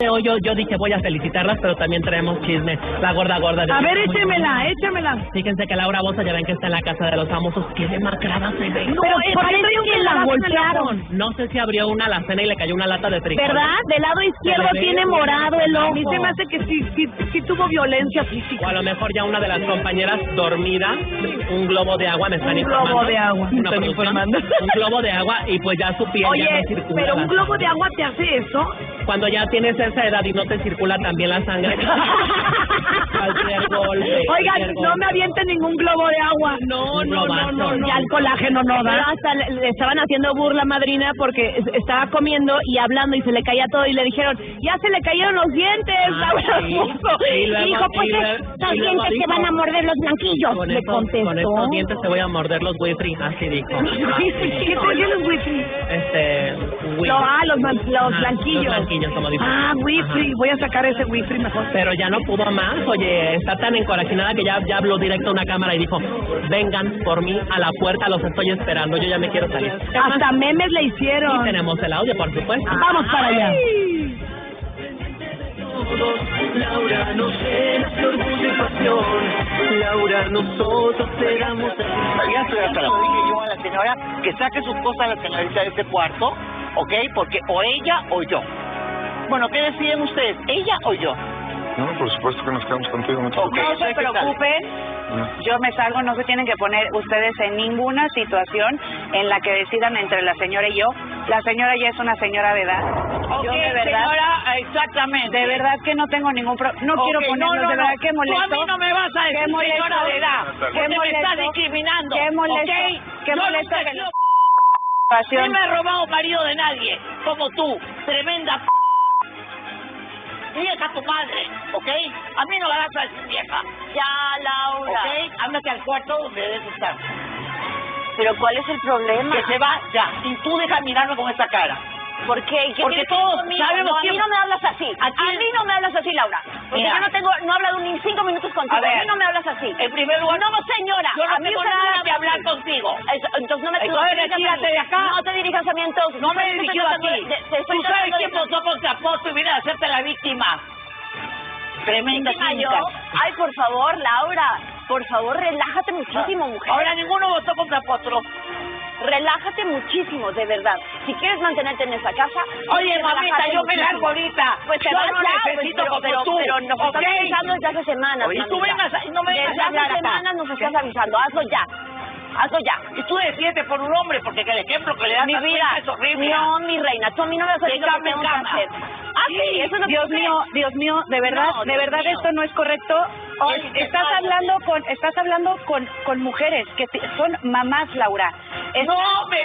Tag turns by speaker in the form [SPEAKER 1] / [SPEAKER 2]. [SPEAKER 1] Hoy yo, yo dije voy a felicitarlas, pero también traemos chisme. La gorda gorda de
[SPEAKER 2] A ver,
[SPEAKER 1] Muy
[SPEAKER 2] échemela,
[SPEAKER 1] buena.
[SPEAKER 2] échemela.
[SPEAKER 1] Fíjense que Laura Bosa ya ven que está en la casa de los famosos. Qué demacrada se ve.
[SPEAKER 2] Pero, eh,
[SPEAKER 1] ¿por qué
[SPEAKER 2] parece
[SPEAKER 1] trae un
[SPEAKER 2] que la
[SPEAKER 1] pedazo en el
[SPEAKER 2] golpearon.
[SPEAKER 1] ojo? No sé si abrió una alacena y le cayó una lata de frijoles.
[SPEAKER 3] ¿Verdad? Del lado izquierdo
[SPEAKER 1] Se le ve
[SPEAKER 3] tiene
[SPEAKER 1] un
[SPEAKER 3] morado el
[SPEAKER 2] A mí se me
[SPEAKER 3] ojo.
[SPEAKER 2] hace que sí, sí, sí tuvo violencia física.
[SPEAKER 1] O a lo mejor ya una de las compañeras dormida, un globo de agua, me están
[SPEAKER 2] Un globo
[SPEAKER 1] informando.
[SPEAKER 2] de agua.
[SPEAKER 1] Una
[SPEAKER 2] Me están
[SPEAKER 1] producción,
[SPEAKER 2] informando.
[SPEAKER 1] Un globo de agua y pues ya su piel ya
[SPEAKER 2] Oye,
[SPEAKER 1] no circula.
[SPEAKER 2] pero un
[SPEAKER 1] la-
[SPEAKER 2] globo de agua te hace eso.
[SPEAKER 1] Cuando ya tienes esa edad y no te circula también la sangre. Cualquier golpe,
[SPEAKER 2] Oigan,
[SPEAKER 1] cualquier
[SPEAKER 2] no
[SPEAKER 1] golpe.
[SPEAKER 2] me avienten ningún globo de agua. No,
[SPEAKER 1] Un
[SPEAKER 2] no, no,
[SPEAKER 1] globazo.
[SPEAKER 2] no, no. Ya el colágeno no
[SPEAKER 3] Pero
[SPEAKER 2] da.
[SPEAKER 3] hasta le le estaban haciendo burla madrina porque es- estaba comiendo y hablando y se le caía todo y le dijeron, ya se le cayeron los dientes,
[SPEAKER 1] Ah,
[SPEAKER 3] Laura
[SPEAKER 1] sí.
[SPEAKER 3] Bozo".
[SPEAKER 1] Y luego-
[SPEAKER 3] dijo, pues
[SPEAKER 1] y
[SPEAKER 3] es-
[SPEAKER 1] luego-
[SPEAKER 3] los
[SPEAKER 1] y luego
[SPEAKER 3] dientes que
[SPEAKER 1] dijo,
[SPEAKER 3] van a morder los blanquillos,
[SPEAKER 1] Con
[SPEAKER 3] le
[SPEAKER 1] estos- Con
[SPEAKER 3] contestó.
[SPEAKER 1] estos dientes te voy a morder los wifi, así dijo.
[SPEAKER 2] ¿Qué traen los wifi?
[SPEAKER 1] Este, wifi.
[SPEAKER 2] No, ah, los, man- los
[SPEAKER 1] Ajá,
[SPEAKER 2] blanquillos.
[SPEAKER 1] Los blanquillos, como dicen.
[SPEAKER 2] Ah,
[SPEAKER 1] Ajá.
[SPEAKER 2] wifi. Voy a sacar ese wifi mejor.
[SPEAKER 1] Pero ya no pudo más, oye, está tan encorajinada que ya, ya habló directo a una cámara y dijo, vengan por mí a la puerta, los estoy esperando, yo ya me quiero salir.
[SPEAKER 2] Hasta memes le
[SPEAKER 1] Y
[SPEAKER 2] hicieron.
[SPEAKER 1] tenemos el audio, por supuesto.
[SPEAKER 2] Vamos para allá.
[SPEAKER 4] Laura nos llena de orgullo y pasión. Laura, nosotros te damos.
[SPEAKER 5] Ya estoy hasta la madre que yo a la señora que saque sus cosas a la señorita de este cuarto, ¿ok? Porque o ella o yo. Bueno, ¿qué deciden ustedes? ¿Ella o yo?
[SPEAKER 6] No, por supuesto que nos quedamos contigo. No te
[SPEAKER 7] No
[SPEAKER 5] Ok.
[SPEAKER 7] se
[SPEAKER 5] Soy fiscal.
[SPEAKER 7] preocupen,
[SPEAKER 6] preocupes.
[SPEAKER 7] yo me salgo, no se tienen que poner ustedes en ninguna situación en la que decidan entre la señora y yo. La señora ya es una señora de edad. yo de verdad,
[SPEAKER 5] exactamente.
[SPEAKER 7] de verdad que no tengo ningún problema. No quiero ponernos, de verdad que molesto.
[SPEAKER 5] me vas a
[SPEAKER 7] Qué molesto, Qué
[SPEAKER 5] porque me
[SPEAKER 7] molesto,
[SPEAKER 5] estás discriminando,
[SPEAKER 7] Qué molesto,
[SPEAKER 5] ¿ok?
[SPEAKER 7] qué
[SPEAKER 5] Yo no
[SPEAKER 7] molesto
[SPEAKER 5] sé,
[SPEAKER 7] que
[SPEAKER 5] yo-
[SPEAKER 7] la pasión.
[SPEAKER 5] he robado marido de nadie, como tú, tremenda vieja tu madre, ¿ok? A mí no me vas a decir vieja. Ya, Laura. ¿Ok? Ándate al cuarto donde debes estar.
[SPEAKER 7] Pero ¿cuál es el problema?
[SPEAKER 5] Que se va ya. Y tú deja mirarme con esa cara.
[SPEAKER 7] ¿Por qué?
[SPEAKER 5] Porque
[SPEAKER 7] tienes
[SPEAKER 5] todos
[SPEAKER 7] conmigo?
[SPEAKER 5] sabemos
[SPEAKER 7] No, a
[SPEAKER 5] quién-
[SPEAKER 7] mí no me hablas así.
[SPEAKER 5] ¿A
[SPEAKER 7] ¿A,
[SPEAKER 5] quién?
[SPEAKER 7] mí no me hablas así, Laura. Porque
[SPEAKER 5] Mira.
[SPEAKER 7] yo no tengo, no he hablado ni cinco minutos contigo.
[SPEAKER 5] A
[SPEAKER 7] A,
[SPEAKER 5] ver.
[SPEAKER 7] mí no me hablas así.
[SPEAKER 5] En primer lugar,
[SPEAKER 7] no, señora.
[SPEAKER 5] yo no
[SPEAKER 7] a mí
[SPEAKER 5] tengo
[SPEAKER 7] usted
[SPEAKER 5] nada
[SPEAKER 7] me
[SPEAKER 5] que
[SPEAKER 7] habla
[SPEAKER 5] hablar
[SPEAKER 7] así.
[SPEAKER 5] contigo.
[SPEAKER 7] Eso- Entonces no me
[SPEAKER 5] Entonces,
[SPEAKER 7] no te dirijas a mí.
[SPEAKER 5] retírate de acá.
[SPEAKER 7] No te dirijas a mí entonces.
[SPEAKER 5] No me he
[SPEAKER 7] Entonces,
[SPEAKER 5] dirigido
[SPEAKER 7] te
[SPEAKER 5] a
[SPEAKER 7] estoy
[SPEAKER 5] ti.
[SPEAKER 7] tratando de- te estoy
[SPEAKER 5] Tú sabes
[SPEAKER 7] tratando
[SPEAKER 5] quién
[SPEAKER 7] de-
[SPEAKER 5] votó contra Pozo y viene a hacerte la víctima. Tremenda
[SPEAKER 7] Encima yo.
[SPEAKER 5] cínica.
[SPEAKER 7] Ay, por favor, Laura. Por favor, relájate muchísimo, mujer.
[SPEAKER 5] Ahora ninguno votó contra Pozo.
[SPEAKER 7] Relájate muchísimo, de verdad. Si quieres mantenerte en esa casa... tienes
[SPEAKER 5] Oye,
[SPEAKER 7] que
[SPEAKER 5] mamita,
[SPEAKER 7] relajarte
[SPEAKER 5] yo me largo
[SPEAKER 7] muchísimo.
[SPEAKER 5] ahorita.
[SPEAKER 7] Pues te
[SPEAKER 5] yo
[SPEAKER 7] vas
[SPEAKER 5] no
[SPEAKER 7] ya, pues,
[SPEAKER 5] necesito
[SPEAKER 7] pero,
[SPEAKER 5] como
[SPEAKER 7] pero,
[SPEAKER 5] tú.
[SPEAKER 7] pero nos
[SPEAKER 5] ¿ok?
[SPEAKER 7] estás avisando desde hace semanas.
[SPEAKER 5] Oye, tú
[SPEAKER 7] mamita.
[SPEAKER 5] vengas a- no me vengas
[SPEAKER 7] desde
[SPEAKER 5] a hablar
[SPEAKER 7] hace
[SPEAKER 5] acá.
[SPEAKER 7] semanas nos estás avisando. Hazlo ya. Hazlo ya.
[SPEAKER 5] Y tú decides por un hombre, porque el ejemplo que le das
[SPEAKER 7] Mi
[SPEAKER 5] a tu
[SPEAKER 7] vida.
[SPEAKER 5] hija es horrible.
[SPEAKER 7] No, mi reina. Tú a mí no me vas a decir lo que
[SPEAKER 5] Déjame
[SPEAKER 7] tengo
[SPEAKER 5] en
[SPEAKER 7] que
[SPEAKER 5] cama.
[SPEAKER 7] hacer. Ah, sí,
[SPEAKER 5] Sí,
[SPEAKER 7] eso es lo que
[SPEAKER 8] Dios
[SPEAKER 7] tú
[SPEAKER 8] mío, Dios mío, de verdad,
[SPEAKER 7] No,
[SPEAKER 8] de
[SPEAKER 7] Dios
[SPEAKER 8] verdad
[SPEAKER 7] mío.
[SPEAKER 8] esto no es correcto.
[SPEAKER 7] Ay,
[SPEAKER 8] Es-
[SPEAKER 7] qué
[SPEAKER 8] estás
[SPEAKER 7] padre.
[SPEAKER 8] hablando con, estás hablando con, con mujeres que te- son mamás, Laura.
[SPEAKER 7] crees.
[SPEAKER 5] No me